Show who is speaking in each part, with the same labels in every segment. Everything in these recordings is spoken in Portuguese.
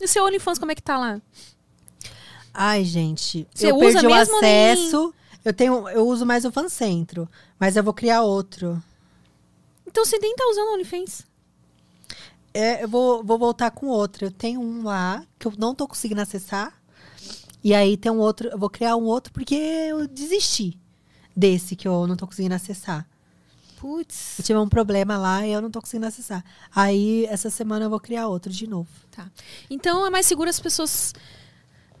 Speaker 1: E seu OnlyFans, como é que tá lá?
Speaker 2: Ai, gente.
Speaker 1: Você
Speaker 2: eu
Speaker 1: usa
Speaker 2: perdi o
Speaker 1: mesmo, nem-
Speaker 2: acesso. Eu, tenho, eu uso mais o fancentro. Mas eu vou criar outro.
Speaker 1: Então você nem tá usando o OnlyFans.
Speaker 2: É, eu vou, vou voltar com outro. Eu tenho um lá que eu não tô conseguindo acessar. E aí tem um outro. Eu vou criar um outro porque eu desisti desse que eu não tô conseguindo acessar.
Speaker 1: Putz.
Speaker 2: Eu tive um problema lá e eu não tô conseguindo acessar. Aí essa semana eu vou criar outro de novo.
Speaker 1: Tá. Então é mais seguro as pessoas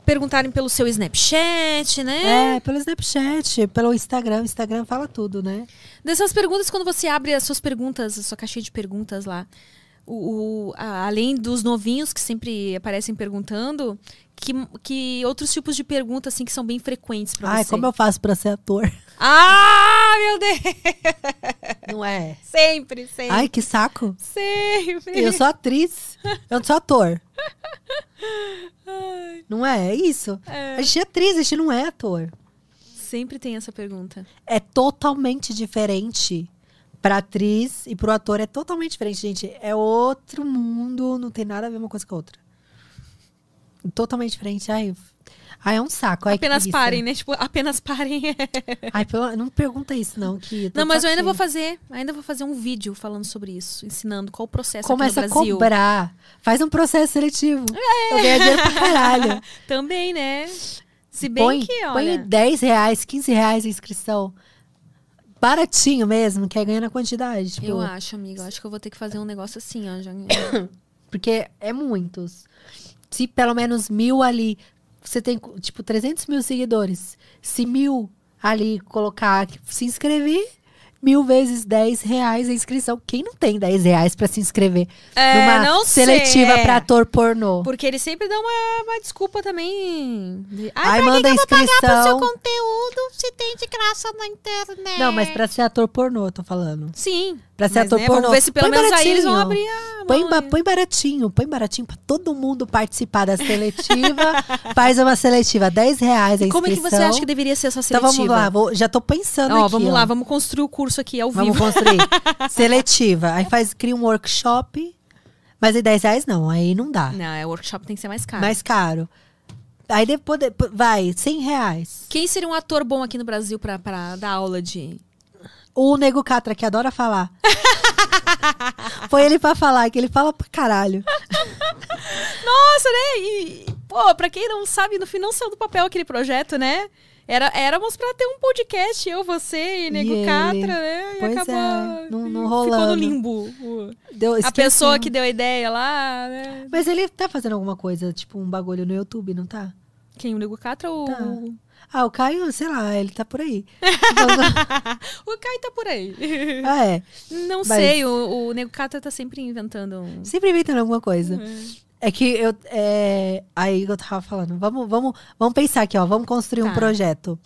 Speaker 1: perguntarem pelo seu Snapchat, né?
Speaker 2: É, pelo Snapchat, pelo Instagram. Instagram fala tudo, né?
Speaker 1: Dessas perguntas, quando você abre as suas perguntas, a sua caixinha de perguntas lá, o, o- a- além dos novinhos que sempre aparecem perguntando, que, que outros tipos de perguntas assim que são bem frequentes pra
Speaker 2: Ai,
Speaker 1: você?
Speaker 2: como eu faço pra ser ator?
Speaker 1: Ah, meu Deus!
Speaker 2: Não é?
Speaker 1: Sempre, sempre.
Speaker 2: Ai, que saco.
Speaker 1: Sempre.
Speaker 2: Eu sou atriz, eu não sou ator. Não é? É isso. A gente é atriz, a gente não é ator.
Speaker 1: Sempre tem essa pergunta.
Speaker 2: É totalmente diferente. Pra atriz e pro ator é totalmente diferente, gente. É outro mundo, não tem nada a ver uma coisa com a outra. Totalmente diferente. Ai, ai é um saco. Ai, que
Speaker 1: apenas
Speaker 2: preguiça.
Speaker 1: parem, né? Tipo, apenas parem.
Speaker 2: Ai, pelo- não pergunta isso, não. Que eu tô
Speaker 1: Não, mas eu ainda
Speaker 2: satisfeita.
Speaker 1: vou fazer, ainda vou fazer um vídeo falando sobre isso, ensinando qual o processo
Speaker 2: Começa a
Speaker 1: aqui no Brasil. É.
Speaker 2: cobrar. Faz um processo seletivo. Eu ganho dinheiro pra caralho.
Speaker 1: Também, né? Se bem
Speaker 2: põe,
Speaker 1: que,
Speaker 2: põe
Speaker 1: olha,
Speaker 2: 10 reais, 15 reais a inscrição. Baratinho mesmo, que é ganhando a quantidade. tipo,
Speaker 1: eu acho, amiga, eu acho que eu vou ter que fazer um negócio assim, ó, já-
Speaker 2: Porque é muitos. Se pelo menos mil ali, você tem, tipo, 300 mil seguidores. Se mil ali colocar, se inscrever, mil vezes 10 reais a inscrição. Quem não tem 10 reais pra se inscrever
Speaker 1: É,
Speaker 2: numa
Speaker 1: não sei,
Speaker 2: seletiva
Speaker 1: é.
Speaker 2: pra ator pornô?
Speaker 1: Porque ele sempre dá uma, uma desculpa também. De,
Speaker 2: Aí
Speaker 1: Ai, pra
Speaker 2: manda a inscrição.
Speaker 1: conteúdo se tem de graça na internet.
Speaker 2: Não, mas pra ser ator pornô, eu tô falando.
Speaker 1: Sim.
Speaker 2: Pra ser
Speaker 1: mas,
Speaker 2: ator
Speaker 1: né,
Speaker 2: pornô.
Speaker 1: Vamos ver se pelo
Speaker 2: Põe
Speaker 1: menos aí eles vão
Speaker 2: baratinho.
Speaker 1: abrir a
Speaker 2: Põe,
Speaker 1: mão,
Speaker 2: ba-
Speaker 1: né?
Speaker 2: põe baratinho, põe baratinho pra todo mundo participar da seletiva. Faz uma seletiva, 10 reais a inscrição.
Speaker 1: Como é que você acha que deveria ser essa
Speaker 2: Então
Speaker 1: seletiva?
Speaker 2: vamos lá, vou- já tô pensando
Speaker 1: Ó,
Speaker 2: aqui.
Speaker 1: vamos
Speaker 2: ó.
Speaker 1: lá, vamos construir o curso aqui ao
Speaker 2: Vamos
Speaker 1: vivo.
Speaker 2: construir. seletiva. Aí faz, cria um workshop, mas aí 10 reais não, aí não dá.
Speaker 1: Não, é o workshop tem que ser mais caro.
Speaker 2: Mais caro. Aí depois, depois- vai, 100 reais.
Speaker 1: Quem seria um ator bom aqui no Brasil pra, pra dar aula de.
Speaker 2: O Nego Catra, que adora falar. Foi ele pra falar, que ele fala pra caralho.
Speaker 1: Nossa, né? E, pô, pra quem não sabe, no final saiu do papel aquele projeto, né? Era, éramos pra ter um podcast, eu, você e Nego
Speaker 2: E ele.
Speaker 1: Catra, né? E
Speaker 2: Pois
Speaker 1: acabou.
Speaker 2: é, não-
Speaker 1: Ficou
Speaker 2: não
Speaker 1: no
Speaker 2: rolando.
Speaker 1: limbo. o-
Speaker 2: Deu,
Speaker 1: A
Speaker 2: esqueci
Speaker 1: pessoa
Speaker 2: o
Speaker 1: que deu a ideia lá, né?
Speaker 2: Mas ele tá fazendo alguma coisa, tipo um bagulho no YouTube, não tá?
Speaker 1: Quem? O Nego Catra ou.
Speaker 2: Tá.
Speaker 1: o-
Speaker 2: Ah, o Caio, sei lá, ele tá por aí. Então,
Speaker 1: o Kai tá por aí.
Speaker 2: ah, é.
Speaker 1: Não
Speaker 2: Mas-
Speaker 1: sei, o, o Nego Catra tá sempre inventando. um-
Speaker 2: Sempre inventando alguma coisa.
Speaker 1: Uhum.
Speaker 2: É que eu. É... Aí eu tava falando, vamos, vamos, vamos pensar aqui, ó. Vamos construir um
Speaker 1: Tá.
Speaker 2: projeto.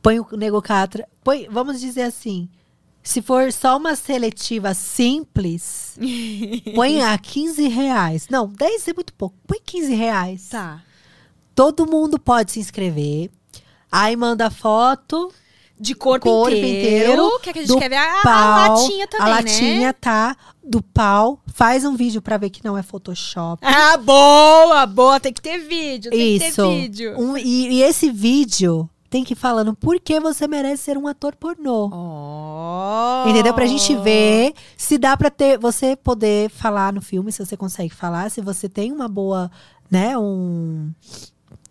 Speaker 2: Põe o Nego Catra. Põe, vamos dizer assim. Se for só uma seletiva simples, põe a 15 reais. Não, 10 é muito pouco. Põe 15 reais.
Speaker 1: Tá.
Speaker 2: Todo mundo pode se inscrever. Aí manda foto.
Speaker 1: De corpo,
Speaker 2: Corpo inteiro,
Speaker 1: Que é que a gente
Speaker 2: do
Speaker 1: quer ver a, a
Speaker 2: pau,
Speaker 1: latinha também,
Speaker 2: a
Speaker 1: né?
Speaker 2: latinha tá do pau. Faz um vídeo pra ver que não é Photoshop.
Speaker 1: Ah, boa, boa. Tem que ter vídeo, tem que
Speaker 2: Isso.
Speaker 1: ter vídeo.
Speaker 2: Um- e, e esse vídeo tem que ir falando por que você merece ser um ator pornô.
Speaker 1: Oh.
Speaker 2: Entendeu? Pra gente ver se dá pra ter. Você poder falar no filme, se você consegue falar, se você tem uma boa, né? Um.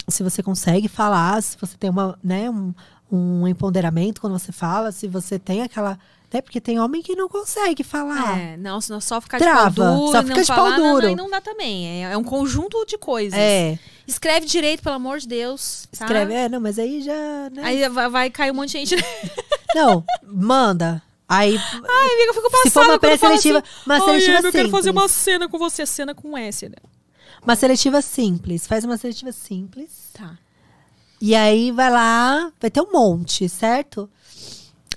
Speaker 2: Se você consegue falar, se você tem uma, né, um, um empoderamento quando você fala, se você tem aquela. Até porque tem homem que não consegue falar.
Speaker 1: É, não, senão só ficar de pau
Speaker 2: Ah. Trava,
Speaker 1: duro,
Speaker 2: só
Speaker 1: e
Speaker 2: fica
Speaker 1: não
Speaker 2: de pau
Speaker 1: falar, não,
Speaker 2: duro.
Speaker 1: Não, aí não dá também. É, é um conjunto de coisas.
Speaker 2: É,
Speaker 1: Escreve direito, pelo amor de Deus. tá?
Speaker 2: escreve. É, não, mas aí já. né?
Speaker 1: Aí vai, vai cair um monte de gente. Ai,
Speaker 2: Não, manda. Aí,
Speaker 1: amiga, eu fico
Speaker 2: se
Speaker 1: passada
Speaker 2: for
Speaker 1: quando fala
Speaker 2: uma pré-seletiva, uma
Speaker 1: assim,
Speaker 2: seletiva
Speaker 1: Ai, Amy, eu quero
Speaker 2: simples.
Speaker 1: fazer uma cena com você, cena com S, né?
Speaker 2: Uma seletiva simples. Faz uma seletiva simples.
Speaker 1: Tá.
Speaker 2: E aí vai lá, vai ter um monte, certo?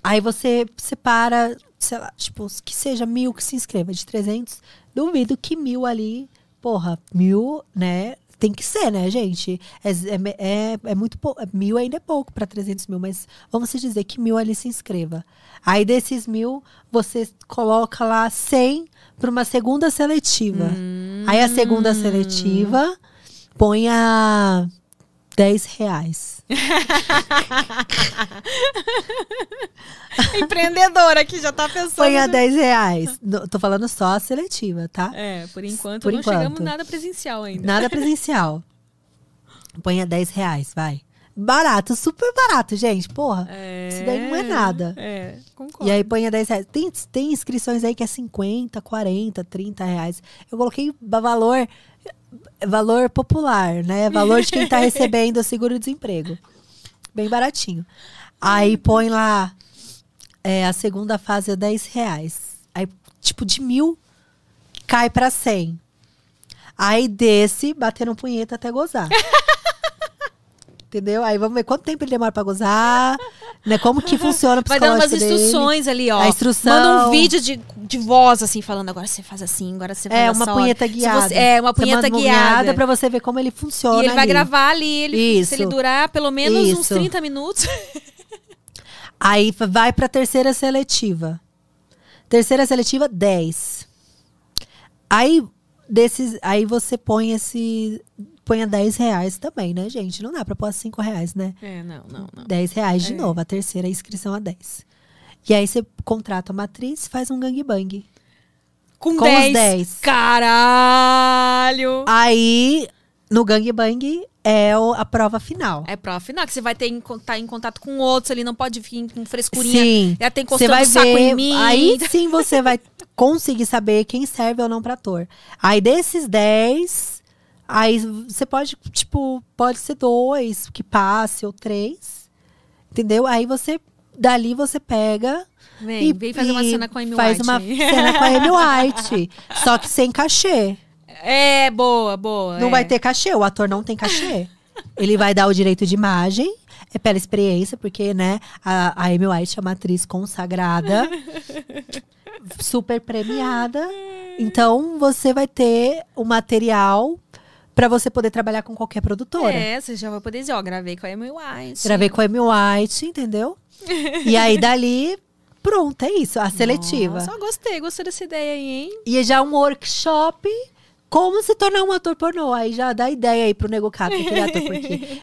Speaker 2: Aí você separa, sei lá, tipo, que seja mil que se inscreva, de 300. Duvido que mil ali, porra, mil, né? Tem que ser, né, gente? É, é- é, é muito pouco. Mil ainda é pouco para 300 mil, mas vamos se dizer que mil ali se inscreva. Aí desses mil, você coloca lá 100 para uma segunda seletiva. Aí a segunda seletiva põe a 10 reais.
Speaker 1: Empreendedora aqui já tá pensando.
Speaker 2: Põe a 10 reais. No- tô falando só a seletiva, tá?
Speaker 1: É, então. por enquanto
Speaker 2: Por
Speaker 1: não chegamos
Speaker 2: enquanto.
Speaker 1: nada presencial ainda.
Speaker 2: Nada presencial. Põe a 10 reais, vai. Barato, super barato, gente. Porra.
Speaker 1: É,
Speaker 2: Isso daí não é nada.
Speaker 1: É, concordo.
Speaker 2: E aí põe a 10 reais. Tem, tem inscrições aí que é 50, 40, 30 reais. Eu coloquei ba- valor valor popular, né? Valor de quem tá recebendo o seguro-desemprego. Bem baratinho. Aí põe lá é, a segunda fase é 10 reais. Aí, tipo, de mil cai pra 100. Aí desce, batendo punheta até gozar. Entendeu? Aí vamos ver quanto tempo ele demora pra gozar, né? Como que funciona o
Speaker 1: Vai dando umas
Speaker 2: psicológico dele.
Speaker 1: instruções ali, ó.
Speaker 2: A instrução.
Speaker 1: Manda um vídeo de, de voz, assim, falando agora você faz assim, agora você faz
Speaker 2: É, uma
Speaker 1: assim, ó.
Speaker 2: punheta
Speaker 1: Se você-
Speaker 2: guiada.
Speaker 1: é, uma
Speaker 2: Você
Speaker 1: punheta
Speaker 2: manda uma
Speaker 1: guiada.
Speaker 2: pra você ver como ele funciona.
Speaker 1: E ele vai
Speaker 2: ali.
Speaker 1: gravar ali, ele, se
Speaker 2: Isso.
Speaker 1: ele durar pelo menos uns
Speaker 2: Isso.
Speaker 1: 30 minutos.
Speaker 2: Aí fa- vai pra terceira seletiva. Terceira seletiva, 10. Aí, desses, aí você põe esse. Põe a 10 reais também, né, gente? Não dá pra pôr a 5 reais, né?
Speaker 1: É, não, não, não.
Speaker 2: 10 reais de
Speaker 1: É.
Speaker 2: novo, a terceira inscrição a 10. E aí você contrata uma atriz faz um gangbang.
Speaker 1: Com,
Speaker 2: Com os
Speaker 1: 10.
Speaker 2: 10.
Speaker 1: Caralho!
Speaker 2: Aí, no gangbang é o- a prova final.
Speaker 1: É prova final, que você vai ter estar em contato com outros ali, não pode vir com frescurinha.
Speaker 2: Sim.
Speaker 1: Ela tem
Speaker 2: Você
Speaker 1: encostando
Speaker 2: vai
Speaker 1: o saco
Speaker 2: ver,
Speaker 1: em mim.
Speaker 2: aí sim você vai conseguir saber quem serve ou não pra ator. Aí desses 10, aí você pode, tipo, pode ser dois que passe ou três, entendeu? Aí você, dali você pega
Speaker 1: Vem, vem fazer uma
Speaker 2: e
Speaker 1: cena com a Amy
Speaker 2: faz
Speaker 1: White
Speaker 2: uma
Speaker 1: aí.
Speaker 2: cena com a Amy White, só que sem cachê.
Speaker 1: É, boa, boa.
Speaker 2: Não
Speaker 1: é.
Speaker 2: vai ter cachê, o ator não tem cachê. Ele vai dar o direito de imagem, é pela experiência, porque, né, a, a Amy White é uma atriz consagrada, super premiada. Então, você vai ter o material pra você poder trabalhar com qualquer produtora.
Speaker 1: É, você já vai poder dizer, ó, gravei com a Amy White.
Speaker 2: Gravei com a Amy White, entendeu? E aí, dali, pronto, é isso, a seletiva.
Speaker 1: Só gostei, gostei dessa ideia aí, hein?
Speaker 2: E já um workshop como se tornar um ator pornô. Aí já dá ideia aí pro Nego Cato, aquele ator, porque